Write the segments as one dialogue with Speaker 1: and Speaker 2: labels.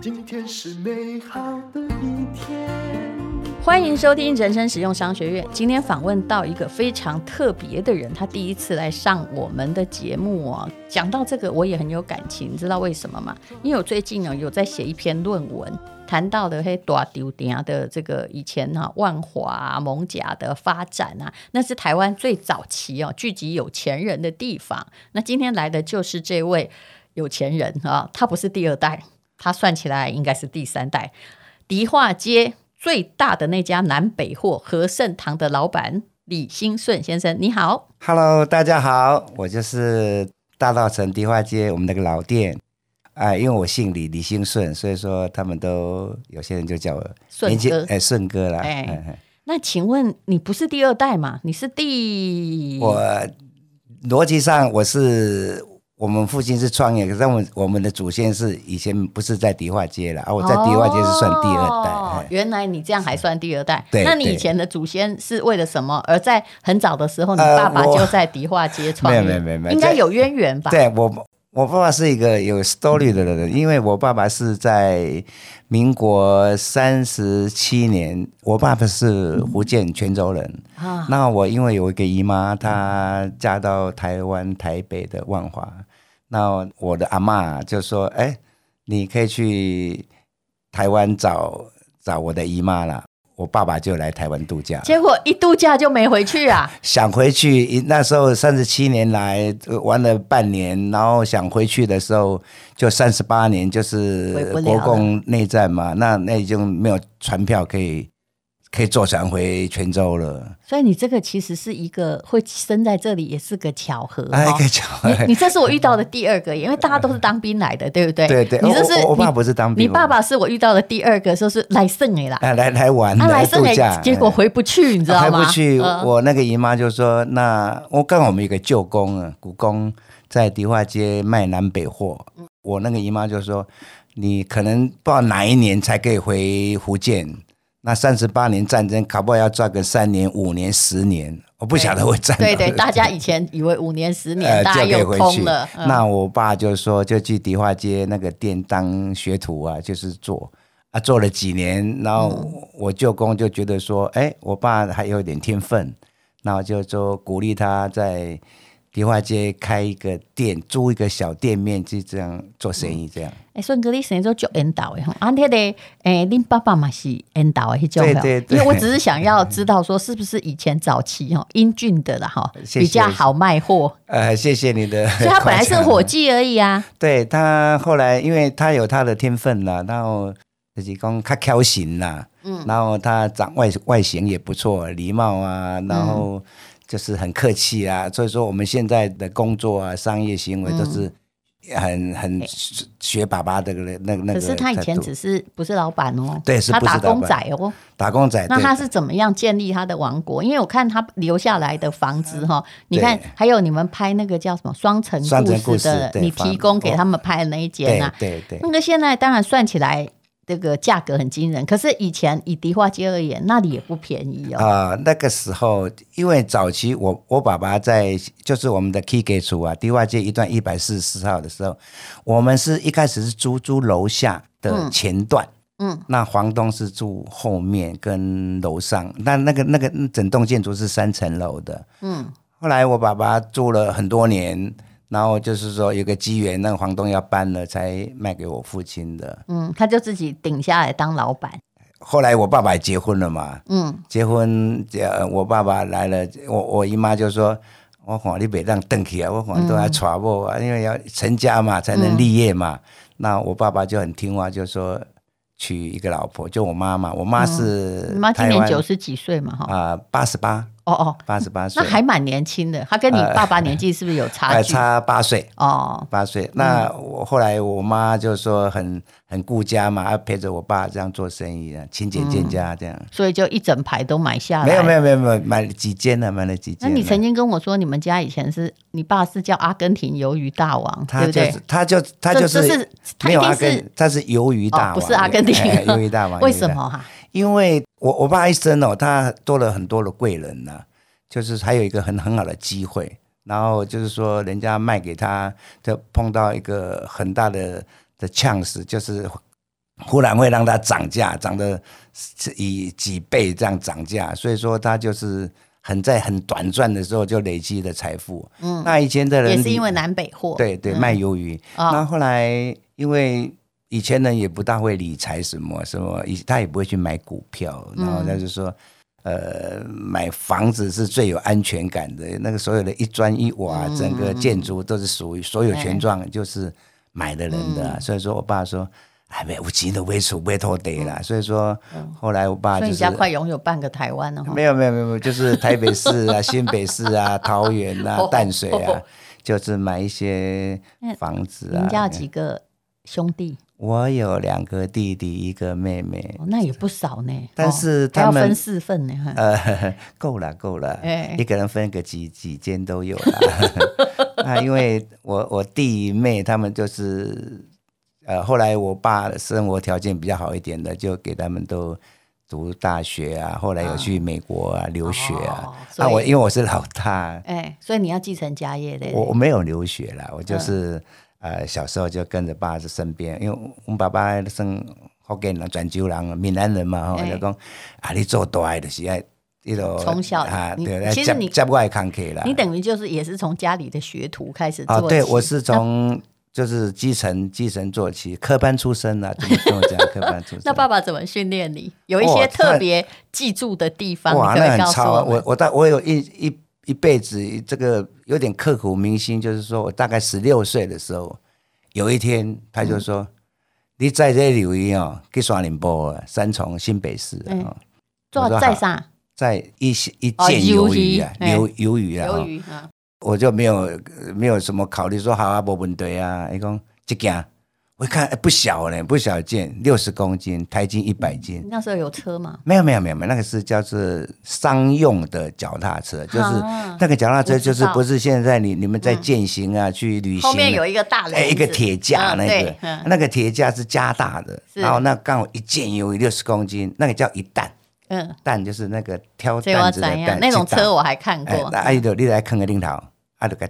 Speaker 1: 今天是美好的一天。
Speaker 2: 欢迎收听人生实用商学院。今天访问到一个非常特别的人，他第一次来上我们的节目哦。讲到这个，我也很有感情，你知道为什么吗？因为我最近呢有在写一篇论文，谈到的黑大丢鼎的这个以前哈、万华、啊、蒙甲的发展啊，那是台湾最早期哦聚集有钱人的地方。那今天来的就是这位有钱人啊，他不是第二代，他算起来应该是第三代。迪化街最大的那家南北货和盛堂的老板李兴顺先生，你好。
Speaker 3: Hello，大家好，我就是大稻城迪化街我们那个老店。哎，因为我姓李，李兴顺，所以说他们都有些人就叫我
Speaker 2: 顺
Speaker 3: 年轻
Speaker 2: 哥
Speaker 3: 哎，顺哥啦。
Speaker 2: 哎
Speaker 3: 哎哎
Speaker 2: 那请问你不是第二代嘛？你是第
Speaker 3: 我逻辑上我是我们父亲是创业，可是我们我们的祖先是以前不是在迪化街了，啊，我在迪化街是算第二代。
Speaker 2: 哦
Speaker 3: 哎
Speaker 2: 原来你这样还算第二代。
Speaker 3: 对
Speaker 2: 那你
Speaker 3: 对
Speaker 2: 以前的祖先是为了什么？而在很早的时候，你
Speaker 3: 呃
Speaker 2: 爸爸
Speaker 3: 我
Speaker 2: 就在迪化街创业，
Speaker 3: 没有没有没有
Speaker 2: 应该
Speaker 3: 这
Speaker 2: 有渊源吧？
Speaker 3: 对我，我爸爸是一个有 story 的人，因为我爸爸是在民国三十七年，我爸爸是福建泉州人。
Speaker 2: 啊，
Speaker 3: 那我因为有一个姨妈，她嫁到台湾台北的万华，那我的阿嬷就说：“哎，你可以去台湾找找我的姨妈啦。”我爸爸就来台湾度假，
Speaker 2: 结果一度假就没回去啊！
Speaker 3: 想回去，一那时候三十七年来呃玩了半年，然后想回去的时候就三十八年，就
Speaker 2: 回
Speaker 3: 是
Speaker 2: 不了
Speaker 3: 国共内战嘛，那那已经没有船票可以可以坐船回泉州了。
Speaker 2: 所以你这个其实是一个会生在这里，也是个巧合、哦。
Speaker 3: 哎，可以讲了，
Speaker 2: 你你这是我遇到的第二个耶，因为大家都是当兵来的，对不对？
Speaker 3: 对对，
Speaker 2: 你这是
Speaker 3: 我我我爸
Speaker 2: 你
Speaker 3: 不是当兵，
Speaker 2: 你爸爸是我遇到的第二个，说是来胜哎啦，
Speaker 3: 哎来来玩
Speaker 2: 他
Speaker 3: 的，
Speaker 2: 来胜
Speaker 3: 度假
Speaker 2: 哎，，结果
Speaker 3: 哎
Speaker 2: 回不去，你知道
Speaker 3: 还
Speaker 2: 吗？
Speaker 3: 不去，
Speaker 2: 呃
Speaker 3: 我那个姨妈就说：“那我刚好我们有个舅公啊，古公在迪化街卖南北货。
Speaker 2: 嗯
Speaker 3: 我那个姨妈就说：“你可能不知道哪一年才可以回福建。那三十八年战争，搞不好要抓个三年、五年、十年，我不晓得会战。”
Speaker 2: 对对，大家以前以为五年十年，
Speaker 3: 呃，
Speaker 2: 大家
Speaker 3: 就可以
Speaker 2: 又
Speaker 3: 回去
Speaker 2: 通了。嗯
Speaker 3: 那我爸就说，就去迪化街那个店当学徒啊，就是做啊，做了几年，然后我舅公就觉得说，哎、我爸还有点天分，然后就说鼓励他在迪化街开一个店，租一个小店面，就这样做生意，这样。
Speaker 2: 哎，顺哥，你生做就引导的吼，啊，那个哎，恁爸爸嘛是引导的迄种
Speaker 3: 对
Speaker 2: 吼
Speaker 3: 对对
Speaker 2: 因为我只是想要知道说，是不是以前早期吼英俊的啦哈，
Speaker 3: 谢谢
Speaker 2: 比较好卖货，
Speaker 3: 呃，谢谢你的夸
Speaker 2: 嗯所以
Speaker 3: 奖。
Speaker 2: 他本来是伙计而已啊。
Speaker 3: 对他后来，因为他有他的天分啦，然后就是讲他挑型啦，嗯，然后他长外外形也不错，礼貌啊，然后就是很客气啊，所以说我们现在的工作啊，商业行为都是很、很学爸爸的那个那个那
Speaker 2: 嗯可
Speaker 3: 个态度。
Speaker 2: 是他以前只是不是老板哦，
Speaker 3: 对是
Speaker 2: 他
Speaker 3: 不是
Speaker 2: 打工
Speaker 3: 老板
Speaker 2: 仔哦。
Speaker 3: 打工仔，
Speaker 2: 那
Speaker 3: 对
Speaker 2: 他是怎么样建立他的王国？因为我看他留下来的房子哈，你看
Speaker 3: 对
Speaker 2: 还有你们拍那个叫什么双城
Speaker 3: 双城
Speaker 2: 故
Speaker 3: 故
Speaker 2: 事
Speaker 3: 事
Speaker 2: 的，
Speaker 3: 对
Speaker 2: 你
Speaker 3: 房
Speaker 2: 提供给他们拍的那一间啊，
Speaker 3: 对对对
Speaker 2: 那个现在当然算起来这个价格很惊人，可是以前以迪化街而言，那里也不便宜哦。
Speaker 3: 啊、那个时候因为早期我我爸爸在就是我们的 K 给处啊，迪化街一段一百四十四号的时候，我们是一开始是租租楼下的前段。嗯
Speaker 2: 嗯
Speaker 3: 那房东是住后面跟楼上，那那个那个整栋建筑是三层楼的，
Speaker 2: 嗯，
Speaker 3: 后来我爸爸住了很多年，然后就是说有个机缘，那个房东要搬了，才卖给我父亲的。
Speaker 2: 嗯，他就自己顶下来当老板。
Speaker 3: 后来我爸爸也结婚了嘛，
Speaker 2: 嗯，
Speaker 3: 结婚，呃，我爸爸来了，我我姨妈就说，我看你别让邓去啊，我看都要娶某啊，因为要成家嘛，才能立业嘛。
Speaker 2: 嗯
Speaker 3: 那我爸爸就很听话，就说娶一个老婆，就我妈妈，我妈是
Speaker 2: 嗯你妈今
Speaker 3: 呃台
Speaker 2: 年
Speaker 3: 湾
Speaker 2: 九十几岁嘛哈？
Speaker 3: 啊八十八
Speaker 2: 哦哦，
Speaker 3: 八十八岁
Speaker 2: 那，还蛮年轻的。他跟你爸爸年纪是不是有差
Speaker 3: 还
Speaker 2: 距？
Speaker 3: 差八岁。
Speaker 2: 哦，
Speaker 3: 八岁，那我后来我妈就说很很顾家嘛，啊要陪着我爸这样做生意啊，勤
Speaker 2: 嗯
Speaker 3: 俭见家这样。
Speaker 2: 所以就一整排都买下来。
Speaker 3: 没有没有没有没有，买了几间呢、买了几
Speaker 2: 那
Speaker 3: 间、呢
Speaker 2: 你曾经跟我说，你们家以前是你爸是叫阿根廷鱿鱼大王，对
Speaker 3: 他
Speaker 2: 不
Speaker 3: 就
Speaker 2: 对
Speaker 3: 是？他就他就
Speaker 2: 这这
Speaker 3: 是
Speaker 2: 是他一
Speaker 3: 没有
Speaker 2: 定
Speaker 3: 阿
Speaker 2: 是
Speaker 3: 根，他是鱿鱼大王，
Speaker 2: 哦不是阿根廷
Speaker 3: 哎鱿鱼大 王。
Speaker 2: 为
Speaker 3: 鱿鱼大
Speaker 2: 什？么哈？啊
Speaker 3: 因为我我爸一生哦，他多了很多的贵人呐、就是还有一个很很好的机会。然后就是说人家卖给他，就碰到一个很大的的呛死，就是忽然会让它涨价，涨的以几倍这样涨价，所以说他就是很在很短暂的时候就累积的财富。嗯，那以前的人
Speaker 2: 也是因为南北货，
Speaker 3: 对对卖鱿鱼，
Speaker 2: 哦
Speaker 3: 那后来因为以前人也不大会理财什么什么，以他也不会去买股票，然后他就
Speaker 2: 嗯
Speaker 3: 说。呃，买房子是最有安全感的。那个所有的一砖一瓦，整个建筑都是属于所有权状，就是买的人的啊、
Speaker 2: 嗯
Speaker 3: 所以说我爸说，哎，没有钱的为主，不会偷得啦。所以说后来我
Speaker 2: 嗯所以
Speaker 3: 爸啊就
Speaker 2: 你
Speaker 3: 是
Speaker 2: 家快拥有半个台湾了哈。
Speaker 3: 没有没有没有，没有就是台北市啊、新北市啊、桃园
Speaker 2: 哦
Speaker 3: 啊、淡水啊，就是买一些房子啊。
Speaker 2: 您家有嗯几个兄弟？
Speaker 3: 我有两个弟弟，一个妹妹，
Speaker 2: 哦，那也不少呢。
Speaker 3: 但
Speaker 2: 哦
Speaker 3: 是
Speaker 2: 还
Speaker 3: 他
Speaker 2: 要
Speaker 3: 们
Speaker 2: 分四份呢。哈
Speaker 3: 呃， 够了够了
Speaker 2: 哎，
Speaker 3: 一个人分个几几间都有啦。 那因为我我弟妹他们就是，呃，后来我爸生活条件比较好一点的，就给他们都读大学啊，后来有去美国啊留学
Speaker 2: 哦
Speaker 3: 啊。
Speaker 2: 所
Speaker 3: 那我
Speaker 2: 以
Speaker 3: 因为我是老大，
Speaker 2: 哎，所以你要继承家业的。
Speaker 3: 呃我我没有留学啦，我
Speaker 2: 嗯
Speaker 3: 就是、呃小时候就跟着爸在身边，因为我们爸爸生福建人、泉州人、闽南人嘛，吼、
Speaker 2: 哎
Speaker 3: 就讲啊，你做大的就是爱。迄落
Speaker 2: 从小
Speaker 3: 啊，
Speaker 2: 你
Speaker 3: 对，来
Speaker 2: 其实
Speaker 3: 接
Speaker 2: 你
Speaker 3: 接我的工课啦。
Speaker 2: 你等于就是也是从家里的学徒开始
Speaker 3: 啊，
Speaker 2: 做起。
Speaker 3: 对，我是从就是基层基层做起，科班出身啦，这么跟我讲，科班出身。
Speaker 2: 那爸爸怎么训练你？有一些
Speaker 3: 哇
Speaker 2: 特
Speaker 3: 啊哦那
Speaker 2: 别记住的地方，
Speaker 3: 哇，
Speaker 2: 你可不可
Speaker 3: 那
Speaker 2: 以告
Speaker 3: 很
Speaker 2: 诉
Speaker 3: 超啊！
Speaker 2: 们
Speaker 3: 我我大我有一一一辈子这个有点刻骨铭心，就是说我大概十六岁的时候，有一天他
Speaker 2: 嗯
Speaker 3: 就说：“你在这留意哦，去刷宁波啊，三重新北市啊，
Speaker 2: 嗯
Speaker 3: 哦我
Speaker 2: 做
Speaker 3: 说
Speaker 2: 在
Speaker 3: 好
Speaker 2: 啥？
Speaker 3: 在一一
Speaker 2: 哦
Speaker 3: 件鱿鱼啊，
Speaker 2: 鱿鱼
Speaker 3: 鱿鱿鱼啊，
Speaker 2: 鱿
Speaker 3: 哦
Speaker 2: 鱼啊，
Speaker 3: 我就没有没有什么考虑说好啊，没问题啊。一共这件，我一看、哎不小呢，不小件，六十公斤，台斤一百斤
Speaker 2: 你，那时候有车吗？
Speaker 3: 没有没有没有没有，那个是叫做商用的脚踏车，就是
Speaker 2: 啊
Speaker 3: 那个脚踏
Speaker 2: 我
Speaker 3: 车
Speaker 2: 知道嗯
Speaker 3: 就是不是现在你你们在践行啊、去旅行啊、
Speaker 2: 后面有一个大
Speaker 3: 哎
Speaker 2: 轮，
Speaker 3: 一个铁架
Speaker 2: 嗯
Speaker 3: 那个
Speaker 2: 对，嗯
Speaker 3: 那个铁架是加大的，
Speaker 2: 是
Speaker 3: 然后那刚好一件有六十公斤，那个叫一担，
Speaker 2: 嗯，
Speaker 3: 担就是那个挑
Speaker 2: 这我
Speaker 3: 担子
Speaker 2: 怎
Speaker 3: 的
Speaker 2: 样
Speaker 3: 担，？
Speaker 2: 那种
Speaker 3: 一担
Speaker 2: 车我还看
Speaker 3: 哎，
Speaker 2: 过
Speaker 3: 那，阿姨就你来看个领头，啊，就给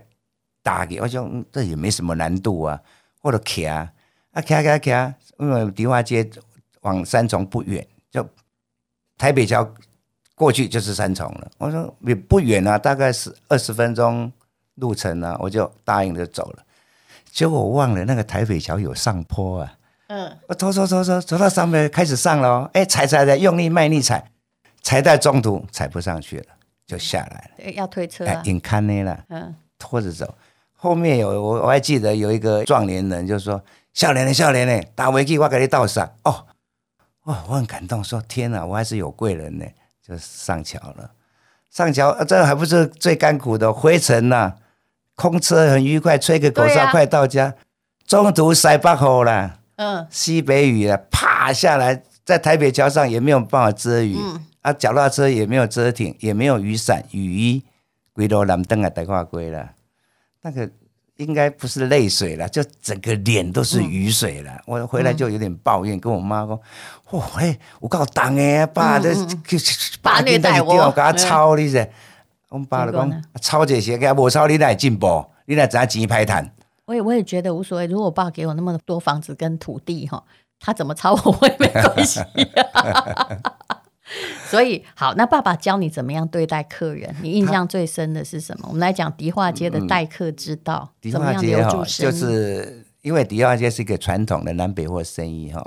Speaker 3: 打去。我想、嗯这也没什么难度啊，我就骑啊，啊骑啊骑啊骑啊，因为迪化街往三重不远，就台北桥过去就是三重了。我说也不远啊，大概是二十分钟路程啊，我就答应就走了。结果我忘了那个台北桥有上坡啊，
Speaker 2: 嗯，
Speaker 3: 我走走走走走到上面开始上了、哦，哎踩踩踩，用力卖力踩，踩到中途踩不上去了，就下来了。
Speaker 2: 对要推车
Speaker 3: 哎
Speaker 2: 啊，
Speaker 3: 引看呢了，
Speaker 2: 嗯，
Speaker 3: 拖着走。后面有我我还记得有一个壮年人就说：“少年的少年的，打回去我给你倒上。”哦，哇，我很感动，说天哪，我还是有贵人呢，就上桥了。上桥、啊这还不是最甘苦的，回程呐、空车很愉快，吹个口
Speaker 2: 对
Speaker 3: 哨，
Speaker 2: 啊
Speaker 3: 快到家。中途塞北雨啦，
Speaker 2: 嗯
Speaker 3: 西北雨啦，啪下来，在台北桥上也没有办法遮雨。
Speaker 2: 嗯，
Speaker 3: 啊，脚踏车也没有遮停，也没有雨伞、雨衣，规路蓝灯啊，带挂龟了。那个应该不是泪水了，就整个脸都是雨水了。我回来就有点抱怨，跟我妈说：“哇、嘿、我够当的啊，爸这
Speaker 2: 爸虐待我
Speaker 3: 给他抄你噻。”我爸就
Speaker 2: 结果
Speaker 3: 讲
Speaker 2: 呢：“
Speaker 3: 抄这些，给他无抄，你哪会进步？你哪知影钱歹赚？
Speaker 2: 我也我也觉得无所谓。如果我爸给我那么多房子跟土地哈，他怎么抄我我也没关系、啊 所以好，那爸爸教你怎么样对待客人，你印象最深的是什么？我们来讲迪化街的待客之道，
Speaker 3: 嗯迪
Speaker 2: 怎么
Speaker 3: 化
Speaker 2: 样
Speaker 3: 街
Speaker 2: 留
Speaker 3: 哈、
Speaker 2: 住生意？
Speaker 3: 就是因为迪化街是一个传统的南北货生意哈、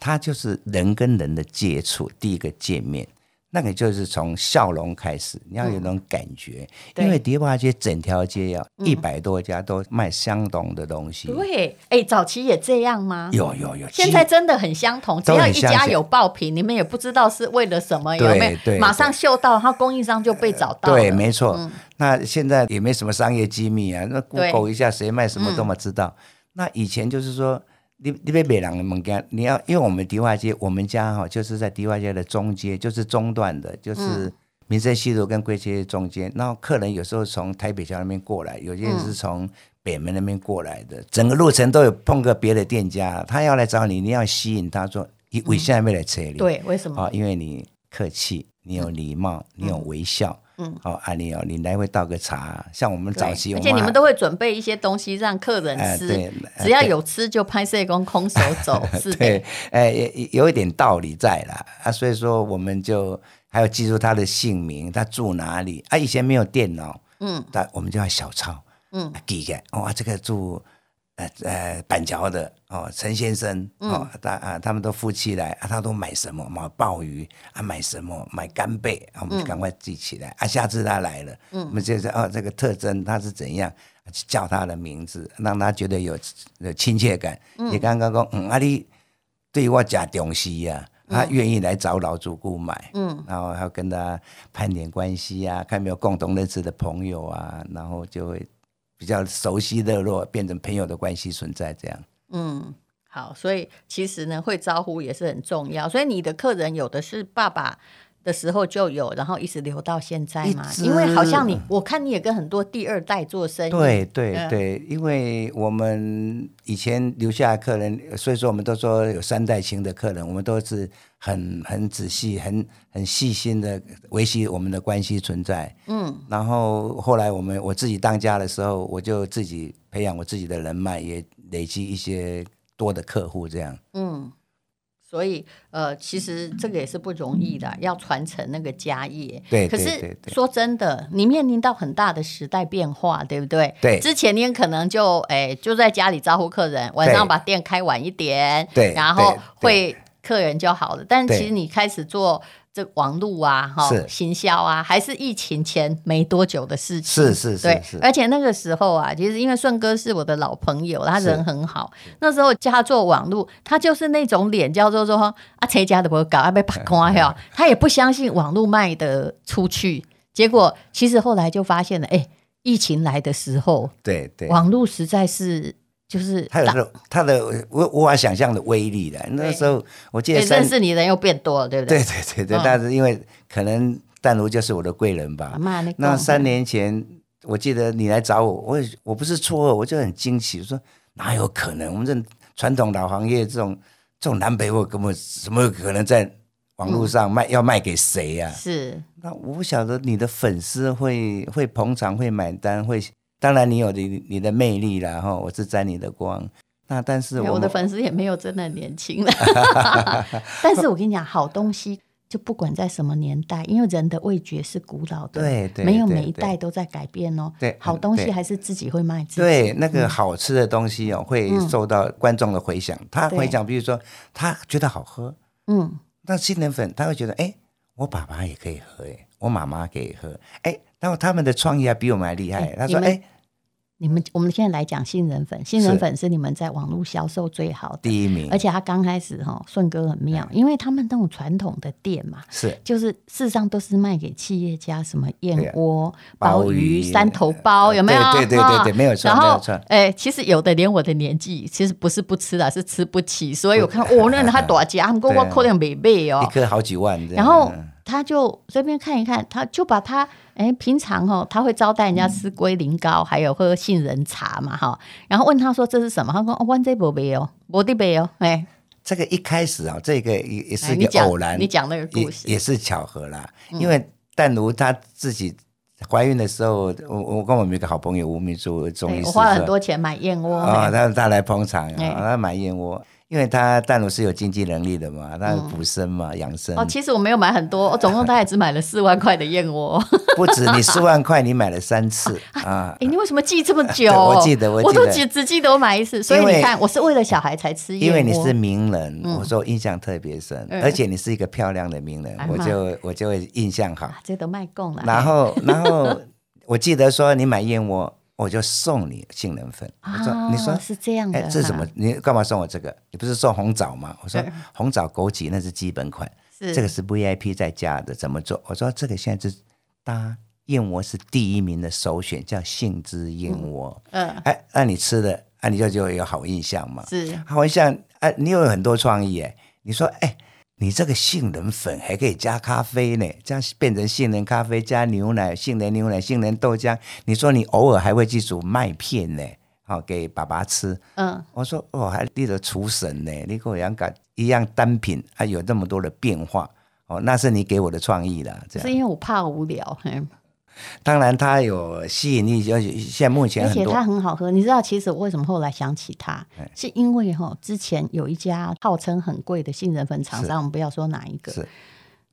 Speaker 3: 它就是人跟人的接触，第一个见面，那个就是从笑容开始，你要有那种感觉。
Speaker 2: 嗯对嗯
Speaker 3: 因为迪化街整条街呀、一百多家都卖相同的东西，
Speaker 2: 对，哎，早期也这样吗？
Speaker 3: 有有有。
Speaker 2: 现在真的很相同，只
Speaker 3: 都
Speaker 2: 要
Speaker 3: 很
Speaker 2: 一
Speaker 3: 相
Speaker 2: 家
Speaker 3: 似
Speaker 2: 有爆品，你们也不知道是为了什么，有
Speaker 3: 对
Speaker 2: 没有？
Speaker 3: 对
Speaker 2: 马上嗅到，然后供应商就被找到了。嗯
Speaker 3: 对，没错。那现在也没什么商业机密啊，那
Speaker 2: 对嗯
Speaker 3: Google 一下谁卖什么都嘛知道。那以前就是说，你你被北人的物件，你要因为我们迪化街，我们家哈、就是在迪化街的中街，就是中段的，就是民生西路跟贵街中间。然后客人有时候从台北桥那边过来，有些人是从北门那边过来的，整个路程都有碰个别的店家，他要来找你，你要吸引他说，
Speaker 2: 嗯
Speaker 3: 你为什么要来找你？
Speaker 2: 对，为什么？
Speaker 3: 啊，因为你客气，你有礼貌，你有微笑，嗯，好、啊，你哦，你来回倒个茶，像我们
Speaker 2: 对
Speaker 3: 早期
Speaker 2: 而
Speaker 3: 我们
Speaker 2: 且你
Speaker 3: 还
Speaker 2: 们都会准备一些东西让客人
Speaker 3: 哎
Speaker 2: 吃，
Speaker 3: 对哎
Speaker 2: 只要
Speaker 3: 对
Speaker 2: 有吃就拍摄工空手 走，是的
Speaker 3: 对，，哎，也也有一点道理在啦啊，所以说我们就还有记住他的姓名，他住哪里啊？以前没有电脑，嗯，那我们就要小抄，嗯，记个哦，啊这个住呃呃板桥的哦，陈先生哦，他啊他们都夫妻来啊，他都买什么买鲍鱼啊，买什么买干贝啊，我们就赶快记起来、啊，下次他来了，嗯，我们就是哦这个特征他是怎样。啊去叫他的名字，让他觉得有有亲切感。你刚刚讲，嗯，啊你对我假东西呀、啊他愿意来找老主顾买，嗯，然后还要跟他攀点关系啊，看有没有共同认识的朋友啊，然后就会比较熟悉热络，变成朋友的关系存在这样。
Speaker 2: 嗯，好，所以其实呢，会招呼也是很重要。所以你的客人有的是爸爸的时候就有，然后一直留到现在嘛
Speaker 3: 一。直
Speaker 2: 因为好像你，我看你也跟很多第二代做生意，
Speaker 3: 对对
Speaker 2: 嗯
Speaker 3: 对，因为我们以前留下的客人，所以说我们都说有三代情的客人，我们都是很很仔细、很很细心的维系我们的关系存在。嗯，然后后来我们我自己当家的时候，我就自己培养我自己的人脉，也累积一些多的客户，这样。
Speaker 2: 嗯。所以，呃，其实这个也是不容易的，要传承那个家业。
Speaker 3: 对
Speaker 2: 可
Speaker 3: 对
Speaker 2: 是
Speaker 3: 对对
Speaker 2: 说真的，你面临到很大的时代变化，对不对？
Speaker 3: 对
Speaker 2: 之前你也可能就哎就在家里招呼客人，晚上把店开晚一点，
Speaker 3: 对
Speaker 2: 然后
Speaker 3: 对
Speaker 2: 会客人就好了。但
Speaker 3: 对
Speaker 2: 其实你开始做这网路啊，哈
Speaker 3: 是，
Speaker 2: 行销啊，还是疫情前没多久的事情。
Speaker 3: 是是是
Speaker 2: 对，
Speaker 3: 是，
Speaker 2: 而且那个时候啊，其实因为顺哥是我的老朋友，他人很好。那时候叫他做网络，他就是那种脸叫做说啊，谁家的不搞，啊被 拍空啊哟，他也不相信网络卖的出去。结果其实后来就发现了，哎，疫情来的时候，
Speaker 3: 对对。
Speaker 2: 网络实在是就是哎
Speaker 3: 他有
Speaker 2: 大
Speaker 3: 时候他的我无法想象的威力的，那
Speaker 2: 对
Speaker 3: 时候我记得
Speaker 2: 对
Speaker 3: 三
Speaker 2: 认识你的人又变多了，对不
Speaker 3: 对
Speaker 2: 对？
Speaker 3: 对对对，
Speaker 2: 嗯
Speaker 3: 但是因为可能淡如就是我的贵人
Speaker 2: 阿
Speaker 3: 吧。
Speaker 2: 妈那
Speaker 3: 那
Speaker 2: 讲
Speaker 3: 三年前，我记得你来找我，我也我不是错愕，我就很惊奇，说哪有可能？我们这传统老行业这种这种南北货，根本怎么可能在网络
Speaker 2: 嗯
Speaker 3: 上卖？要卖给谁呀、
Speaker 2: 是
Speaker 3: 那我不晓得你的粉丝会会捧场、会买单、会。当然，你有你你的魅力啦，哈，我是沾你的光。那但是
Speaker 2: 没有
Speaker 3: 我
Speaker 2: 我的
Speaker 3: 们
Speaker 2: 粉丝也没有真的年轻 了， 但是我跟你讲，好东西就不管在什么年代，因为人的味觉是古老的，
Speaker 3: 对对
Speaker 2: 没有
Speaker 3: 对
Speaker 2: 每一
Speaker 3: 对
Speaker 2: 代都在改变哦。
Speaker 3: 对
Speaker 2: 好东西
Speaker 3: 对
Speaker 2: 还是自己会卖自己。
Speaker 3: 对，那个好吃的东西哦，会
Speaker 2: 嗯
Speaker 3: 受到观众的回响。他
Speaker 2: 对
Speaker 3: 回响，比如说他觉得好喝，
Speaker 2: 嗯，
Speaker 3: 那新人粉他会觉得，哎，我爸爸也可以喝，哎，我妈妈可以喝，哎，然后他们的创意还啊比我们还厉害
Speaker 2: 哎。
Speaker 3: 他说，
Speaker 2: 你们
Speaker 3: 哎，
Speaker 2: 你们我们现在来讲杏仁粉，杏仁粉是你们在网络销售最好的，
Speaker 3: 第一名
Speaker 2: 而且他刚开始哈、顺哥很妙，因为他们那种传统的店嘛，
Speaker 3: 是
Speaker 2: 就是事实上都是卖给企业家，什么
Speaker 3: 对
Speaker 2: 燕
Speaker 3: 啊
Speaker 2: 窝、鲍
Speaker 3: 鲍
Speaker 2: 鱼、
Speaker 3: 鱼呃
Speaker 2: 三头包，有没有？
Speaker 3: 对对对对
Speaker 2: 哈
Speaker 3: 对没有错
Speaker 2: 然
Speaker 3: 没
Speaker 2: 后
Speaker 3: 有错，
Speaker 2: 哎，其实有的连我的年纪，其实不是不吃啦，是吃不起。所以我 看，哦，那他多家，不过
Speaker 3: 对
Speaker 2: 我
Speaker 3: 啊
Speaker 2: 可能没买
Speaker 3: 一
Speaker 2: 哦。
Speaker 3: 颗好几万这样。
Speaker 2: 然后
Speaker 3: 嗯
Speaker 2: 他就这边看一看，他就把他哎，平常哦，他会招待人家吃龟苓膏，还有喝杏仁茶嘛哈。然后问他说这是什么？他说哦，我这没买哦，没得买哦。哎，
Speaker 3: 这个一开始啊，这个也也
Speaker 2: 哎
Speaker 3: 是
Speaker 2: 你
Speaker 3: 一个
Speaker 2: 讲
Speaker 3: 偶然，
Speaker 2: 你讲那个故
Speaker 3: 也
Speaker 2: 事嗯
Speaker 3: 也是巧合啦，因为淡如她自己。怀孕的时候，我我跟我们有一个好朋友吴明珠中
Speaker 2: 哎
Speaker 3: 医师
Speaker 2: 我
Speaker 3: 说，
Speaker 2: 花了很多钱买燕窝。
Speaker 3: 啊、
Speaker 2: 哎
Speaker 3: 他他来捧场，
Speaker 2: 哎
Speaker 3: 啊，他买燕窝，因为他淡如是有经济能力的嘛，他
Speaker 2: 嗯
Speaker 3: 补身嘛，养生。
Speaker 2: 哦，其实我没有买很多，我总共大概只买了四万块的燕 窝。
Speaker 3: 不止你四万块，你买了 三次啊
Speaker 2: 哎、，你为什么记这么久？
Speaker 3: 对我记得我记得
Speaker 2: 都只只记得我买一次，所以
Speaker 3: 因为
Speaker 2: 你看，我是为了小孩才吃燕
Speaker 3: 因
Speaker 2: 窝。
Speaker 3: 为你是名人，我说我印象特别深，
Speaker 2: 嗯
Speaker 3: 而且你是一个漂亮的名人
Speaker 2: 哎，
Speaker 3: 我
Speaker 2: 妈哎
Speaker 3: 就我就会印象好。
Speaker 2: 啊，这都卖供了。
Speaker 3: 然后，然后我记得说你买燕窝，我就送你杏仁粉。我
Speaker 2: 啊
Speaker 3: 说，，你说
Speaker 2: 是这样的
Speaker 3: 哎
Speaker 2: 哈，，
Speaker 3: 这是什么？你干嘛送我这个？你不是送红枣吗？我说红枣枸杞那是基本款，
Speaker 2: 嗯是
Speaker 3: 这个是 VIP 在家的，怎么做？我说这个现在是搭燕窝是第一名的首选，叫杏汁燕窝。
Speaker 2: 嗯，
Speaker 3: 哎、那、你吃的，哎、你就就有好印象嘛。
Speaker 2: 是
Speaker 3: 好印象，哎、你有很多创意哎。你说，哎，你这个杏仁粉还可以加咖啡呢，这样变成杏仁咖啡加牛奶、杏仁牛奶、杏仁豆浆。你说你偶尔还会去煮麦片呢，好、给爸爸吃。
Speaker 2: 嗯，
Speaker 3: 我说哦，还立了厨神呢，你跟我养感一样单品，啊还有这么多的变化哦，那是你给我的创意啦，这
Speaker 2: 是
Speaker 3: 样
Speaker 2: 因为我怕无聊，嘿
Speaker 3: 当然它有吸引力，而且现在目
Speaker 2: 而
Speaker 3: 前啊很
Speaker 2: 且它
Speaker 3: 多
Speaker 2: 很好喝。你知道，其实我为什么后来想起它，是因为哈、之前有一家号称很贵的杏仁粉厂
Speaker 3: 是
Speaker 2: 商，我们不要说哪一个，
Speaker 3: 是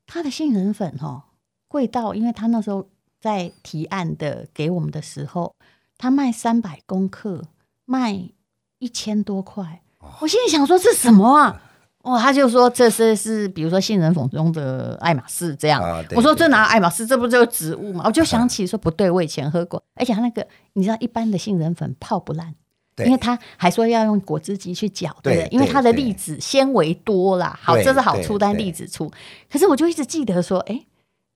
Speaker 2: 它的杏仁粉哈、贵到，因为它那时候在提案的给我们的时候，它卖三百公克，卖一千多块。我心里想说这什么啊？哦，他就说这是是，比如说杏仁粉中的爱马仕这样。
Speaker 3: 啊对
Speaker 2: 我说
Speaker 3: 对
Speaker 2: 这哪有爱马仕，这不就是植物嘛？我 就想起说不对，我以前喝过，而且它那个你知道一般的杏仁粉泡不烂，
Speaker 3: 对
Speaker 2: 因为它还说要用果汁机去搅，对不对？
Speaker 3: 对
Speaker 2: 因为它的
Speaker 3: 对对
Speaker 2: 粒子纤维多啦，好，
Speaker 3: 对
Speaker 2: 这是好
Speaker 3: 对
Speaker 2: 处，但
Speaker 3: 对
Speaker 2: 粒子粗。可是我就一直记得说，哎，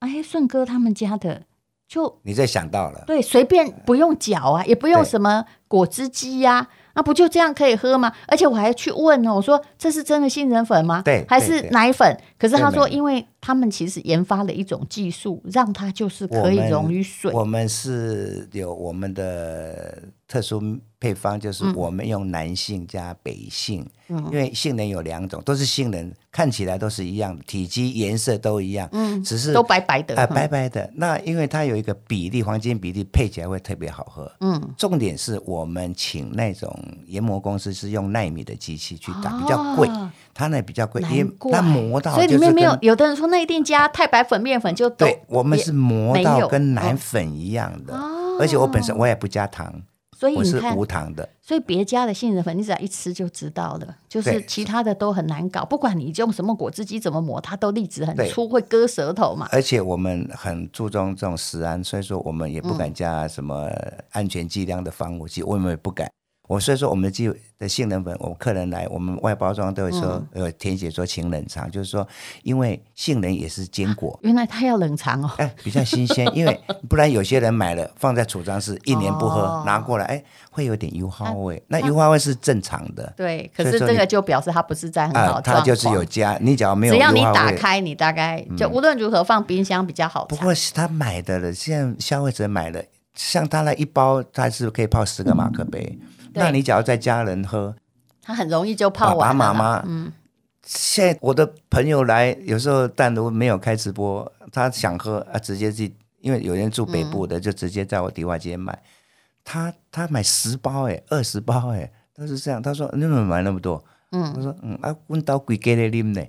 Speaker 2: 哎，顺哥他们家的就
Speaker 3: 你这想到了，
Speaker 2: 对，随便不用搅啊，也不用
Speaker 3: 对
Speaker 2: 什么果汁机呀、啊。那不就这样可以喝吗？而且我还去问哦，我说这是真的杏仁粉吗？
Speaker 3: 对
Speaker 2: 还
Speaker 3: 对
Speaker 2: 是
Speaker 3: 对
Speaker 2: 奶粉？可是他
Speaker 3: 对
Speaker 2: 说，
Speaker 3: 没有
Speaker 2: 因为他们其实研发了一种技术，让它就是
Speaker 3: 我
Speaker 2: 可以
Speaker 3: 们
Speaker 2: 溶于水。
Speaker 3: 我们是有我们的特殊配方，就是
Speaker 2: 嗯
Speaker 3: 我们用男性加北杏，因为杏仁有两种，都是杏仁，看起来都是一样的，体积、颜色都一样，
Speaker 2: 嗯
Speaker 3: 只是
Speaker 2: 都白白的
Speaker 3: 啊、
Speaker 2: 嗯
Speaker 3: 白白的。那因为它有一个比例，黄金比例配起来会特别好喝。
Speaker 2: 嗯，
Speaker 3: 重点是我们请那种研磨公司是用纳米的机器去打，比较贵
Speaker 2: 啊，
Speaker 3: 它那比较贵，因
Speaker 2: 难
Speaker 3: 为
Speaker 2: 怪
Speaker 3: 它磨到
Speaker 2: 所以里
Speaker 3: 就是
Speaker 2: 面没有
Speaker 3: 跟。
Speaker 2: 有的人说那一定加太白粉面粉就都
Speaker 3: 对，我们
Speaker 2: 也
Speaker 3: 是磨
Speaker 2: 没
Speaker 3: 到
Speaker 2: 有
Speaker 3: 跟
Speaker 2: 哦
Speaker 3: 奶粉一样的，
Speaker 2: 哦
Speaker 3: 而且我本身我也不加糖，
Speaker 2: 所以
Speaker 3: 我
Speaker 2: 你
Speaker 3: 是
Speaker 2: 看
Speaker 3: 无，糖的。
Speaker 2: 所以别家的杏仁粉，你只要一吃就知道了，就是
Speaker 3: 对
Speaker 2: 其他的都很难搞，不管你用什么果汁机怎么磨，它都粒子很
Speaker 3: 对呃
Speaker 2: 粗，会割舌头嘛。
Speaker 3: 而且我们很注重这种食安，所以说我们也
Speaker 2: 嗯
Speaker 3: 不敢加什么安全剂量的防腐剂，我们也不敢。我所以说我们的剂的杏仁粉，我们客人来，我们外包装都会说，
Speaker 2: 嗯
Speaker 3: 呃，填写说请冷藏，就是说，因为杏仁也是坚果，
Speaker 2: 原来它要冷藏哦，
Speaker 3: 哎，比较新鲜，因为不然有些人买了放在储藏室一年不喝，
Speaker 2: 哦啊
Speaker 3: 拿过来，哎，会有点油耗味，那油耗味是正常的，
Speaker 2: 对。可
Speaker 3: 所以
Speaker 2: 是
Speaker 3: 说
Speaker 2: 这个
Speaker 3: 你
Speaker 2: 就表示它不是在很好
Speaker 3: 啊
Speaker 2: 的，状
Speaker 3: 它
Speaker 2: 况，
Speaker 3: 就是有加，你只要没有
Speaker 2: 只
Speaker 3: 油
Speaker 2: 要你
Speaker 3: 耗
Speaker 2: 打
Speaker 3: 味嗯
Speaker 2: 开，你大概就无论如何放冰箱比较好
Speaker 3: 不
Speaker 2: 藏。
Speaker 3: 过是他买的了，现在消费者买了，像他那一包，他是可以泡十个马克杯。
Speaker 2: 嗯对
Speaker 3: 那你假如在家人喝，
Speaker 2: 它很容易就泡
Speaker 3: 爸
Speaker 2: 完
Speaker 3: 爸
Speaker 2: 了
Speaker 3: 妈
Speaker 2: 啦。
Speaker 3: 妈，嗯，现在我的朋友来，有时候但如果没有开直播，他想喝啊，直接去，因为有人住北部
Speaker 2: 嗯
Speaker 3: 的，就直接在我迪化街买。他他买十包哎、二十包哎、都是这样。他说你怎么买那么多？
Speaker 2: 嗯
Speaker 3: 我说嗯啊，问到贵给你啉呢。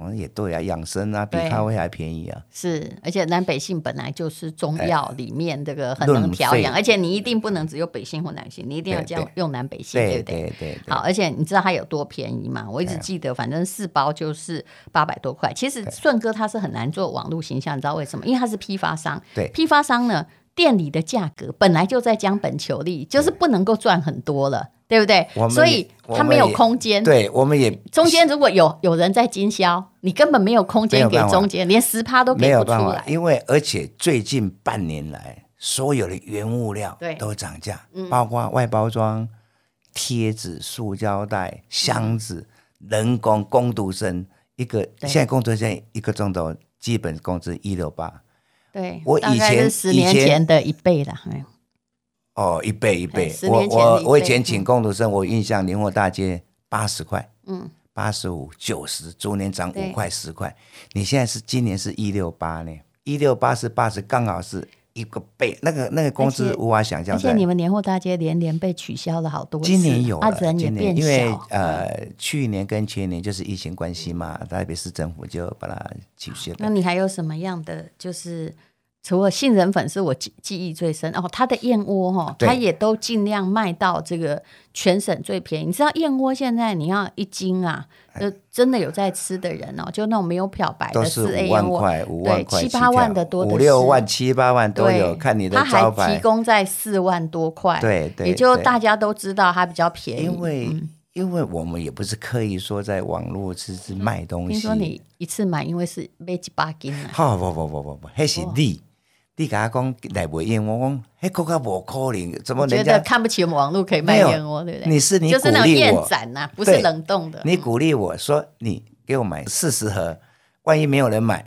Speaker 3: 我说也对啊，养生啊，比
Speaker 2: 对
Speaker 3: 咖啡还便宜啊。
Speaker 2: 是，而且南北杏本来就是中药里面这个很
Speaker 3: 哎论
Speaker 2: 能调
Speaker 3: 肺
Speaker 2: 养，而且你一定不能只有北杏或南杏，你一定要
Speaker 3: 对
Speaker 2: 这样
Speaker 3: 对
Speaker 2: 用南北杏，
Speaker 3: 对
Speaker 2: 不对？
Speaker 3: 对对，对
Speaker 2: 好，而且你知道它有多便宜吗？我一直记得，反正四包就是八百多块。其实顺哥他是很难做网络形象，你知道为什么？因为他是批发商，
Speaker 3: 对
Speaker 2: 批发商呢，店里的价格本来就在将本求利，就是不能够赚很多了，对不对
Speaker 3: 我？们
Speaker 2: 所以
Speaker 3: 我
Speaker 2: 他
Speaker 3: 们
Speaker 2: 没有
Speaker 3: 也
Speaker 2: 空间。
Speaker 3: 对，我们也
Speaker 2: 中间如果有有人在经销，你根本没有空
Speaker 3: 没
Speaker 2: 间
Speaker 3: 有
Speaker 2: 给
Speaker 3: 办法
Speaker 2: 中间，连十趴都
Speaker 3: 没
Speaker 2: 给
Speaker 3: 有
Speaker 2: 不出
Speaker 3: 办法，
Speaker 2: 来。
Speaker 3: 因为而且最近半年来，所有的原物料
Speaker 2: 对嗯
Speaker 3: 都涨价，包括外包装、贴纸、塑胶袋、
Speaker 2: 嗯
Speaker 3: 箱子、人工工读生，一个
Speaker 2: 对
Speaker 3: 现在工读生一个钟头基本工资一六八，
Speaker 2: 对，
Speaker 3: 我
Speaker 2: 大
Speaker 3: 以
Speaker 2: 概是
Speaker 3: 前
Speaker 2: 十
Speaker 3: 以
Speaker 2: 年
Speaker 3: 前
Speaker 2: 前的一倍啦。哎
Speaker 3: 哦，一倍一倍。
Speaker 2: 十
Speaker 3: 我
Speaker 2: 年前的
Speaker 3: 我
Speaker 2: 一
Speaker 3: 我以
Speaker 2: 倍
Speaker 3: 前请工读生，我印象林火大街八十块，
Speaker 2: 嗯，
Speaker 3: 八十五、九十，逐年涨
Speaker 2: 对
Speaker 3: 五块、十块。你现在是今年是一六八呢，一六八是八十，刚好是一个倍，那个那个工
Speaker 2: 而
Speaker 3: 资
Speaker 2: 且
Speaker 3: 无法想象
Speaker 2: 而
Speaker 3: 的
Speaker 2: 且。你们年货大街连连被取消了好多次，
Speaker 3: 今年有
Speaker 2: 啊，
Speaker 3: 了，
Speaker 2: 人也
Speaker 3: 今
Speaker 2: 变
Speaker 3: 年因为
Speaker 2: 小。
Speaker 3: 呃，去年跟前年就是疫情关系嘛，台北市政府就把它取消
Speaker 2: 那
Speaker 3: 了。
Speaker 2: 你还有什么样的就是？除了杏仁粉是我记记忆最深哦，它的燕窝哦，
Speaker 3: 对
Speaker 2: 它也都尽量卖到这个全省最便宜。你知道燕窝现在你要一斤啊，就真的有在吃的人哦，就那种没有漂白
Speaker 3: 哎都
Speaker 2: 的
Speaker 3: 是
Speaker 2: 四 A
Speaker 3: 五
Speaker 2: 燕
Speaker 3: 万
Speaker 2: 窝，
Speaker 3: 块、五万
Speaker 2: 对
Speaker 3: 块
Speaker 2: 七
Speaker 3: 起跳、
Speaker 2: 八万的多的
Speaker 3: 五六
Speaker 2: 是
Speaker 3: 万、七八万都
Speaker 2: 对，
Speaker 3: 有，看你的
Speaker 2: 它
Speaker 3: 招
Speaker 2: 还
Speaker 3: 牌
Speaker 2: 提。供在四万多块，
Speaker 3: 对对
Speaker 2: 也就
Speaker 3: 对
Speaker 2: 大家都知道它比较便宜。
Speaker 3: 因为、
Speaker 2: 嗯
Speaker 3: 因为我们也不是刻意说在网络是是卖东
Speaker 2: 嗯
Speaker 3: 西，
Speaker 2: 听说你一次买，因为是买几把斤 啊，
Speaker 3: 好，不不不不不，迄是你，你甲我讲来袂用，我讲迄更加无可能，怎么
Speaker 2: 觉
Speaker 3: 人
Speaker 2: 得
Speaker 3: 家
Speaker 2: 看不起我们网络可以卖
Speaker 3: 没有
Speaker 2: 燕窝，对不对？
Speaker 3: 你是你
Speaker 2: 就是
Speaker 3: 鼓
Speaker 2: 那种
Speaker 3: 励
Speaker 2: 燕
Speaker 3: 我
Speaker 2: 盏呐、不是
Speaker 3: 对
Speaker 2: 冷冻的。
Speaker 3: 你鼓励我说你给我买四十盒，万一没有人买，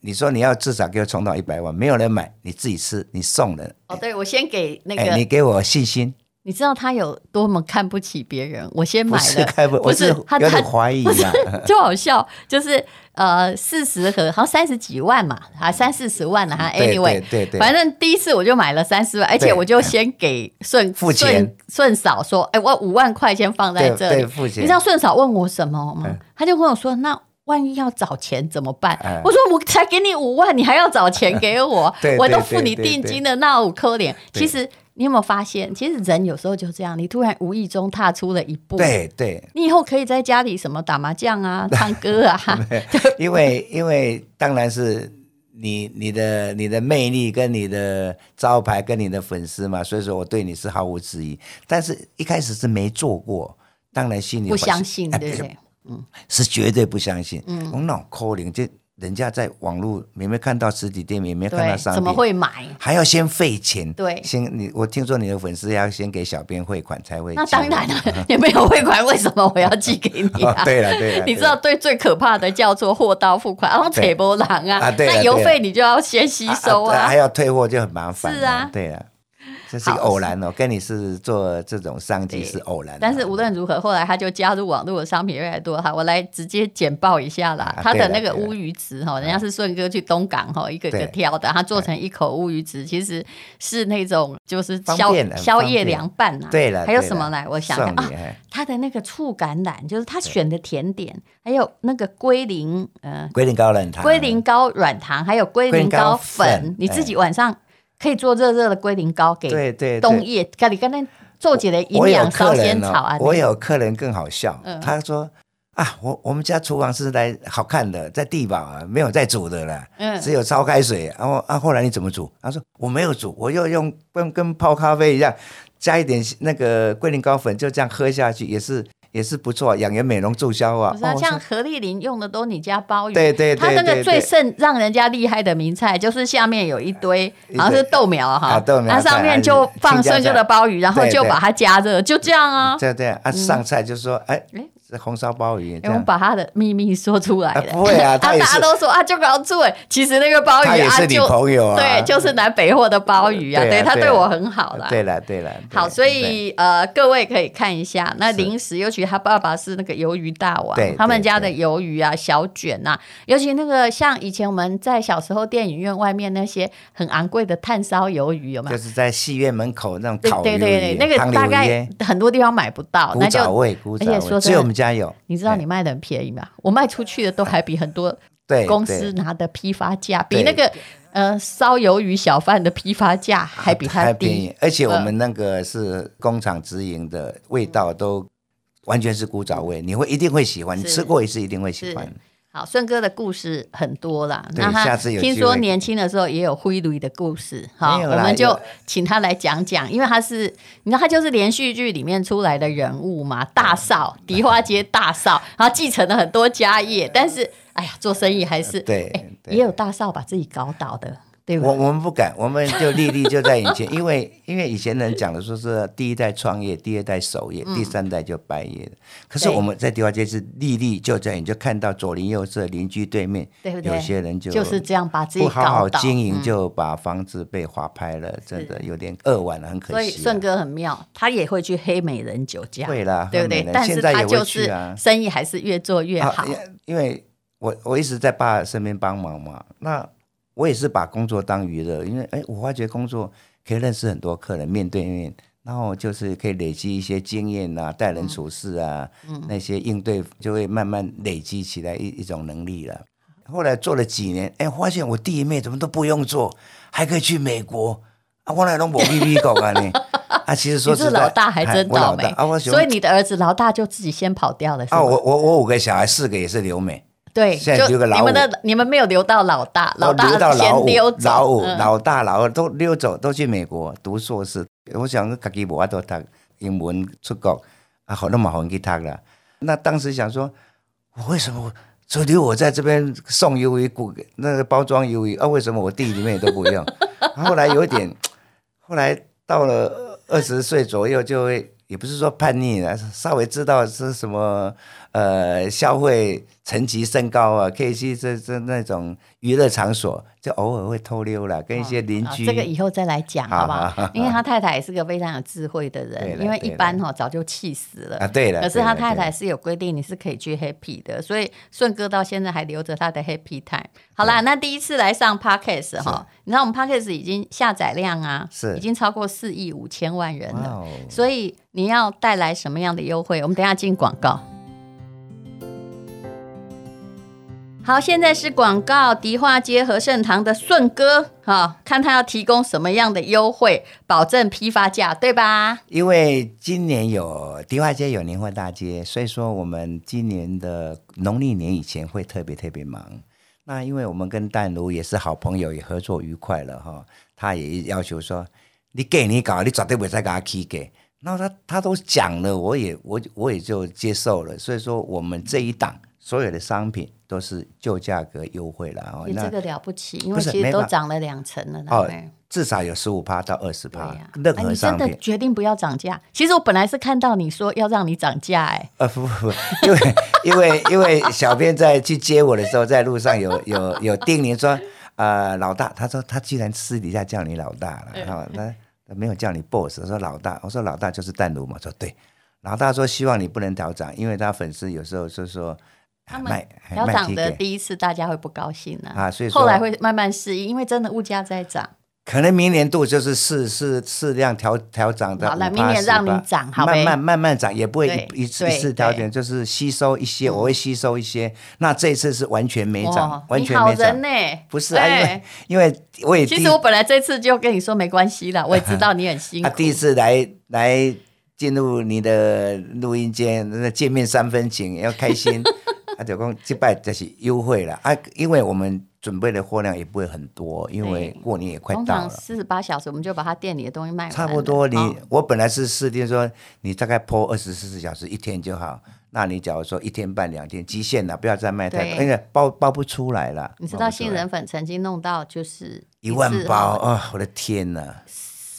Speaker 3: 你说你要至少给我冲到一百万，没有人买，你自己吃，你送人，
Speaker 2: 哦哦，对，我先给那
Speaker 3: 哎、
Speaker 2: 个
Speaker 3: 你给我信心，
Speaker 2: 你知道他有多么看不起别人？我先买
Speaker 3: 不是
Speaker 2: 了，
Speaker 3: 开不，
Speaker 2: 不
Speaker 3: 我
Speaker 2: 是
Speaker 3: 是
Speaker 2: 他
Speaker 3: 有
Speaker 2: 他
Speaker 3: 点怀 疑
Speaker 2: 不是
Speaker 3: 啊。
Speaker 2: 就好笑，就是呃四十盒，好像三十几万嘛，还三四十万呢、啊。
Speaker 3: 嗯对
Speaker 2: Anyway，
Speaker 3: 对对对，
Speaker 2: 反正第一次我就买了三四万，而且
Speaker 3: 对哎
Speaker 2: 我就先给顺
Speaker 3: 付钱
Speaker 2: 顺顺嫂说，哎、我五万块先放在
Speaker 3: 对
Speaker 2: 这
Speaker 3: 对
Speaker 2: 里。
Speaker 3: 付
Speaker 2: 你
Speaker 3: 钱，
Speaker 2: 知道顺嫂问我什么吗
Speaker 3: 嗯？
Speaker 2: 他就跟我说，那万一要找钱怎么办？
Speaker 3: 嗯
Speaker 2: 我说我才给你五万，你还要找钱给我
Speaker 3: 对，对
Speaker 2: 我都付你
Speaker 3: 对对
Speaker 2: 定金的，那我可怜。其
Speaker 3: 对
Speaker 2: 实你有没有发现，其实人有时候就这样，你突然无意中踏出了一步，
Speaker 3: 对对，
Speaker 2: 你以后可以在家里什么打麻将 啊、唱歌啊，
Speaker 3: 因为因为当然是你你的你的魅力跟你的招牌跟你的粉丝嘛，所以说我对你是毫无质疑。但是一开始是没做过，当然心里
Speaker 2: 不
Speaker 3: 怀
Speaker 2: 相信，
Speaker 3: 哎
Speaker 2: 对不对？
Speaker 3: 是绝对不相信。嗯，我脑扣零，就人家在网络也没看到实体店，也没看到
Speaker 2: 对，
Speaker 3: 商品，
Speaker 2: 怎么会买？
Speaker 3: 还要先费钱？
Speaker 2: 对
Speaker 3: 先你我听说你的粉丝要先给小编汇款才会
Speaker 2: 那
Speaker 3: 寄
Speaker 2: 当然了， 也没有汇款，为什么我要寄给你
Speaker 3: 哦
Speaker 2: 啊？
Speaker 3: 对了对了，
Speaker 2: 你知道最最可怕的叫做货到付款，然后扯
Speaker 3: 对
Speaker 2: 波浪啊
Speaker 3: 啊，对啊
Speaker 2: 那邮
Speaker 3: 对啊
Speaker 2: 费你就要先吸收
Speaker 3: 啊
Speaker 2: 啊
Speaker 3: 还。要退货就很麻烦。
Speaker 2: 是啊
Speaker 3: 对啊，这是一个
Speaker 2: 好
Speaker 3: 偶然哦，跟你是做这种商机
Speaker 2: 对
Speaker 3: 是偶然的。
Speaker 2: 但是无论如何，后来他就加入网络的商品越来越多哈。我来直接简报一下啦，
Speaker 3: 啊
Speaker 2: 他的那
Speaker 3: 对
Speaker 2: 个
Speaker 3: 了对了
Speaker 2: 乌鱼子哈，人家是顺哥去东港哈，一个个
Speaker 3: 对
Speaker 2: 挑的，他做成一口乌鱼子，其实是那种就是
Speaker 3: 方
Speaker 2: 宵
Speaker 3: 便了
Speaker 2: 宵
Speaker 3: 方
Speaker 2: 夜
Speaker 3: 便
Speaker 2: 凉拌啊。
Speaker 3: 对了，
Speaker 2: 还有
Speaker 3: 对
Speaker 2: 什么
Speaker 3: 了
Speaker 2: 来？我想
Speaker 3: 送
Speaker 2: 想啊
Speaker 3: 你，，哎
Speaker 2: 他的那个醋橄榄，就是他选的甜点，还有那个龟苓呃
Speaker 3: 龟苓膏软糖，
Speaker 2: 龟苓膏软糖，还有龟苓膏
Speaker 3: 龟苓膏
Speaker 2: 粉
Speaker 3: 粉，
Speaker 2: 你自己晚上可以做热热的龟苓膏给
Speaker 3: 对对
Speaker 2: 冬
Speaker 3: 对。
Speaker 2: 夜，看你刚才做起来营
Speaker 3: 我有
Speaker 2: 养
Speaker 3: 客
Speaker 2: 烧仙
Speaker 3: 人
Speaker 2: 草啊
Speaker 3: 哦，，我有客人更好笑
Speaker 2: 嗯，
Speaker 3: 他说啊，我我们家厨房是来好看的，在地堡啊，没有在煮的了。
Speaker 2: 嗯
Speaker 3: 只有烧开水，然后啊，后来你怎么煮？他说我没有煮，我又用跟跟泡咖啡一样，加一点那个龟苓膏粉，就这样喝下去，也是也是不错，养颜美容助消化。
Speaker 2: 不是啊，
Speaker 3: 哦我
Speaker 2: 像
Speaker 3: 说
Speaker 2: 何丽玲用的都你家包
Speaker 3: 对
Speaker 2: 鱼。
Speaker 3: 对对，
Speaker 2: 他那个
Speaker 3: 对
Speaker 2: 最
Speaker 3: 对
Speaker 2: 胜让人家厉害的名菜，就是下面有一堆，
Speaker 3: 一堆
Speaker 2: 好像是豆苗哈
Speaker 3: 啊，豆苗
Speaker 2: 它上面就放顺哥的鲍鱼，然后
Speaker 3: 对对
Speaker 2: 就把它加热，就这样啊。
Speaker 3: 对对啊，上菜就说哎
Speaker 2: 哎，
Speaker 3: 是红烧鲍鱼这
Speaker 2: 哎，我
Speaker 3: 样，
Speaker 2: 把他的秘密说出来了。
Speaker 3: 啊不会啊他也
Speaker 2: 大家
Speaker 3: 是
Speaker 2: 都 说啊，就搞错。其实那个鲍
Speaker 3: 他
Speaker 2: 鱼
Speaker 3: 也
Speaker 2: 啊，
Speaker 3: 是你
Speaker 2: 就
Speaker 3: 朋友啊，
Speaker 2: 对，就是南北货的鲍鱼啊，
Speaker 3: 对
Speaker 2: 对
Speaker 3: 啊
Speaker 2: 他
Speaker 3: 对啊
Speaker 2: 对我很好啦。
Speaker 3: 对了对了，对
Speaker 2: 好，所以呃，各位可以看一下，那
Speaker 3: 是
Speaker 2: 零食，尤其他爸爸是那个鱿鱼大王
Speaker 3: 对，
Speaker 2: 他们
Speaker 3: 对
Speaker 2: 家的
Speaker 3: 对
Speaker 2: 鱿鱼啊、小卷啊，尤其那个像以前我们在小时候电影院外面那些很昂贵的炭烧鱿鱼，有没
Speaker 3: 对
Speaker 2: 有
Speaker 3: 就？是在戏院门口那种
Speaker 2: 对
Speaker 3: 烤
Speaker 2: 对
Speaker 3: 鱿
Speaker 2: 对对，
Speaker 3: 鱼，
Speaker 2: 那个
Speaker 3: 汤
Speaker 2: 大
Speaker 3: 鱿
Speaker 2: 概
Speaker 3: 鱼
Speaker 2: 很多地方买不到，
Speaker 3: 古
Speaker 2: 那
Speaker 3: 早
Speaker 2: 就
Speaker 3: 味，古
Speaker 2: 而且
Speaker 3: 早
Speaker 2: 说
Speaker 3: 味，
Speaker 2: 真
Speaker 3: 只有
Speaker 2: 的
Speaker 3: 我们家有。
Speaker 2: 你知道
Speaker 3: 哎
Speaker 2: 你卖的很便宜吗？我卖出去的都还比很多
Speaker 3: 对
Speaker 2: 公
Speaker 3: 对
Speaker 2: 司拿的批发价，比
Speaker 3: 对
Speaker 2: 那个呃烧鱿鱼小贩的批发价还比它
Speaker 3: 还便
Speaker 2: 低。呃
Speaker 3: 宜，而且我们那个是工厂直营的，味道都完全是古早味，你会一定会喜欢，你
Speaker 2: 是
Speaker 3: 吃过一次一定会喜欢
Speaker 2: 是。好，顺哥的故事很多啦，
Speaker 3: 对
Speaker 2: 那他
Speaker 3: 下次有机会
Speaker 2: 听说年轻的时候也有灰驴的故事，好，
Speaker 3: 没有
Speaker 2: 我
Speaker 3: 啦
Speaker 2: 们就
Speaker 3: 有
Speaker 2: 请他来讲讲，因为他是你知道他就是连续剧里面出来的人物嘛，大少，梨花街大少，然后继承了很多家业，但是哎呀，做生意还是
Speaker 3: 对
Speaker 2: 哎
Speaker 3: 对
Speaker 2: 也有大少把自己搞倒的，对吧
Speaker 3: 我？我们不敢，我们就历历就在以前，因为因为以前人讲的说是第一代创业，第二代守业，第三代就败业了。可是
Speaker 2: 嗯对
Speaker 3: 我们在迪化街是历历就在，你就看到左邻右舍、邻居对面，
Speaker 2: 对不对
Speaker 3: 有些人就
Speaker 2: 就是这样把自己
Speaker 3: 不
Speaker 2: 搞倒，
Speaker 3: 好好
Speaker 2: 嗯
Speaker 3: 经营，就把房子被划拍了，真的有点扼腕了，很可惜啊。
Speaker 2: 所以顺哥很妙，他也会去黑美人酒家，
Speaker 3: 会啦，
Speaker 2: 对不
Speaker 3: 很美
Speaker 2: 对
Speaker 3: 人？
Speaker 2: 但
Speaker 3: 现
Speaker 2: 是
Speaker 3: 在
Speaker 2: 他
Speaker 3: 也
Speaker 2: 就
Speaker 3: 会去
Speaker 2: 是
Speaker 3: 啊。
Speaker 2: 生意还是越做越好
Speaker 3: 啊，因因为我我一直在爸身边帮忙嘛，那我也是把工作当娱乐，因为哎，我发觉工作可以认识很多客人，面对面，然后就是可以累积一些经验啊，待人处事啊，
Speaker 2: 嗯
Speaker 3: 那些应对就会慢慢累积起来一一种能力了。后来做了几年，哎，发现我弟妹怎么都不用做，还可以去美国啊！我来弄我 B B 狗啊 你啊！其实说
Speaker 2: 你
Speaker 3: 实在
Speaker 2: 是，老大还
Speaker 3: 哎
Speaker 2: 真
Speaker 3: 我
Speaker 2: 倒
Speaker 3: 老
Speaker 2: 霉
Speaker 3: 大啊！我喜
Speaker 2: 所
Speaker 3: 欢
Speaker 2: 以你的儿子老大就自己先跑掉了，是吗？
Speaker 3: 啊，我我我五个小孩，四个也是留美。
Speaker 2: 对，
Speaker 3: 现在
Speaker 2: 就
Speaker 3: 留个老
Speaker 2: 你们
Speaker 3: 五
Speaker 2: 的你们没有留到老大，
Speaker 3: 我
Speaker 2: 大
Speaker 3: 留到哦老
Speaker 2: 先
Speaker 3: 五
Speaker 2: 溜，走，
Speaker 3: 老五、
Speaker 2: 嗯
Speaker 3: 老大、老二都溜走，都去美国读硕士。我想自己无法度读英文出国，啊，好那么好去读了。那当时想说，我为什么只留我在这边送鱿鱼骨，那个包装鱿鱼啊？为什么我弟弟妹都不用？ 后来有一点，后来到了二十岁左右，就会也不是说叛逆了，稍微知道是什么呃消费层级甚高啊，可以去这这那种娱乐场所，就偶尔会偷溜了，跟一些邻
Speaker 2: 啊
Speaker 3: 居。啊
Speaker 2: 这个以后再来讲好
Speaker 3: 好
Speaker 2: 不好？因为他太太也是个非常有智慧的
Speaker 3: 对
Speaker 2: 人，
Speaker 3: 了
Speaker 2: 因为
Speaker 3: 对
Speaker 2: 一
Speaker 3: 了
Speaker 2: 般哈早就气死了
Speaker 3: 啊，。对了，
Speaker 2: 可是他
Speaker 3: 对了
Speaker 2: 太
Speaker 3: 对了
Speaker 2: 太是有规定，你是可以去 happy 的，所以顺哥到现在还留着他的 happy time。好啦，那第一次来上 podcast 哈，你知道我们 podcast 已经下载量啊，
Speaker 3: 是
Speaker 2: 已经超过四亿五千万人
Speaker 3: 哇
Speaker 2: 了。
Speaker 3: 哦，
Speaker 2: 所以你要带来什么样的优惠？我们等一下进广告。好，现在是广告。迪化街和盛堂的顺哥，哈、看他要提供什么样的优惠，保证批发价，对吧？
Speaker 3: 因为今年有迪化街有年货大街，所以说我们今年的农历年以前会特别特别忙。那因为我们跟淡如也是好朋友，也合作愉快了哈。他也要求说，你给你搞，你绝对不再给他批给。那他他都讲了，我也我我也就接受了。所以说我们这一档所有的商品都是旧价格优惠了哦。
Speaker 2: 你
Speaker 3: 那
Speaker 2: 哎这个了不起，因
Speaker 3: 不
Speaker 2: 为
Speaker 3: 是
Speaker 2: 其实
Speaker 3: 没
Speaker 2: 都
Speaker 3: 办法
Speaker 2: 涨了两成了啦。
Speaker 3: 哦
Speaker 2: 对
Speaker 3: 至少有十五趴到二十
Speaker 2: 对
Speaker 3: 趴
Speaker 2: 呀，
Speaker 3: 任
Speaker 2: 啊
Speaker 3: 何
Speaker 2: 你真
Speaker 3: 商
Speaker 2: 的
Speaker 3: 品。
Speaker 2: 决定不要涨价。其实我本来是看到你说要让你涨价、哎，
Speaker 3: 呃，不不不，因为因为因为小编在去接我的时候，在路上有有有叮咛说，呃，老大，他说他居然私底下叫你老大了，哈、那那没有叫你 boss，他说老大，我说老大就是淡如嘛，说对，老大说希望你不能调涨，因为他粉丝有时候就说
Speaker 2: 他
Speaker 3: 啊
Speaker 2: 们
Speaker 3: 卖哎
Speaker 2: 要
Speaker 3: 卖
Speaker 2: 涨
Speaker 3: 鸡
Speaker 2: 的
Speaker 3: 给
Speaker 2: 第一次大家会不高兴呢、
Speaker 3: 啊，所以说
Speaker 2: 后来会慢慢适应，因为真的物价在涨。
Speaker 3: 可能明年度就是适适适量调调涨的
Speaker 2: 好
Speaker 3: 5%，
Speaker 2: 了明年让你涨好呗
Speaker 3: 慢慢慢慢涨，也不会
Speaker 2: 对
Speaker 3: 一一次
Speaker 2: 对嗯
Speaker 3: 一次调整，就是吸收一些，我会吸收一些。那这一次是完全没
Speaker 2: 哇
Speaker 3: 涨，完
Speaker 2: 你
Speaker 3: 全
Speaker 2: 好
Speaker 3: 没涨
Speaker 2: 人，呢、
Speaker 3: 不是啊，因为
Speaker 2: 哎
Speaker 3: 因为我也第
Speaker 2: 其
Speaker 3: 一
Speaker 2: 实我本来这次就跟你说没关系啦，我也知道你很辛苦。
Speaker 3: 啊第一次来来进入你的录音间，那见面三分情，要 开心。啊，就讲这拜就是优惠了啊，因为我们准备的货量也不会很多，因为
Speaker 2: 对
Speaker 3: 过年也快
Speaker 2: 通
Speaker 3: 到
Speaker 2: 常
Speaker 3: 了。
Speaker 2: 四十八小时我们就把他店里的东西卖完了。
Speaker 3: 差不多你，
Speaker 2: 哦
Speaker 3: 我本来是设定说你大概播二十四小时一天就好。那你假如说一天半两天极限了，不要再卖太多，
Speaker 2: 对
Speaker 3: 因为包包不出来了。哦
Speaker 2: 你知
Speaker 3: 包
Speaker 2: 道
Speaker 3: 不出来
Speaker 2: 杏仁粉曾经弄到就是
Speaker 3: 一万
Speaker 2: 次
Speaker 3: 包
Speaker 2: 哦
Speaker 3: 啊、我的天哪，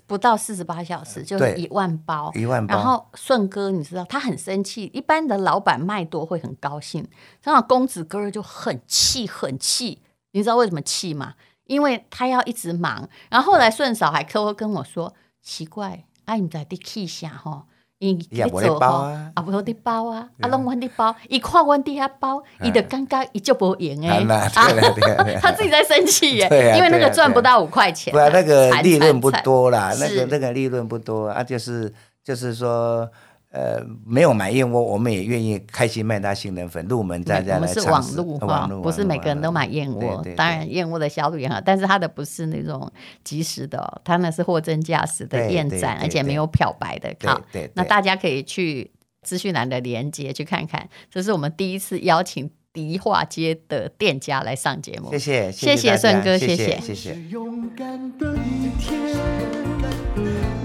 Speaker 2: 不到四十八小时就是
Speaker 3: 对
Speaker 2: 一万包。
Speaker 3: 一万
Speaker 2: 然
Speaker 3: 包！
Speaker 2: 后顺哥，你知道他很生气，一般的老板卖多会很高兴，然后公子哥儿就很气很气，你知道为什么气吗？因为他要一直忙。然后后来顺嫂还偷偷跟我说，奇怪，啊，你在地气下吼。你
Speaker 3: 也
Speaker 2: 你
Speaker 3: 没在
Speaker 2: 做
Speaker 3: 包
Speaker 2: 吼
Speaker 3: 啊
Speaker 2: 啊，无的包啊，啊，拢阮的包，伊看阮底遐包，伊就感觉伊就无用诶
Speaker 3: 啊，那对了对了对了
Speaker 2: 哎 他自啊己在生气耶，
Speaker 3: 对啊
Speaker 2: 因为那
Speaker 3: 对啊
Speaker 2: 个赚
Speaker 3: 对啊
Speaker 2: 不到五块钱
Speaker 3: 不然
Speaker 2: 啊，
Speaker 3: 那个
Speaker 2: 惨
Speaker 3: 利润
Speaker 2: 惨
Speaker 3: 不
Speaker 2: 惨
Speaker 3: 多啦，那
Speaker 2: 是
Speaker 3: 个那个利润不多啊，就是就是说。呃，没有买燕窝，我们也愿意开心卖它杏仁粉，入门大
Speaker 2: 对
Speaker 3: 家
Speaker 2: 我
Speaker 3: 来
Speaker 2: 们是
Speaker 3: 尝试。
Speaker 2: 网路
Speaker 3: 啊
Speaker 2: 哈
Speaker 3: 网路，
Speaker 2: 不是
Speaker 3: 网路
Speaker 2: 每个人都买燕
Speaker 3: 对
Speaker 2: 窝
Speaker 3: 对对，
Speaker 2: 当然燕窝的销路也好，但是它的不是那种即时的哦，它那是货真价实的
Speaker 3: 对
Speaker 2: 燕
Speaker 3: 对
Speaker 2: 盏，
Speaker 3: 对
Speaker 2: 而且没
Speaker 3: 对
Speaker 2: 有漂白的。
Speaker 3: 对
Speaker 2: 好
Speaker 3: 对对，
Speaker 2: 那大家可以去资讯栏的连接去看看，这是我们第一次邀请迪化街的店家来上节目
Speaker 3: 谢。谢
Speaker 2: 谢谢
Speaker 3: 大家
Speaker 2: 顺哥
Speaker 3: 谢
Speaker 2: 谢谢
Speaker 3: 谢谢。
Speaker 1: 是勇敢的一天，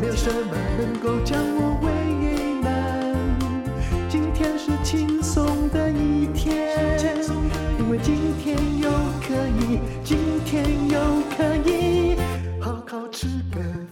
Speaker 1: 没有什么能够将我为难。今天是轻松的一天，因为今天又可以，今天又可以好好吃个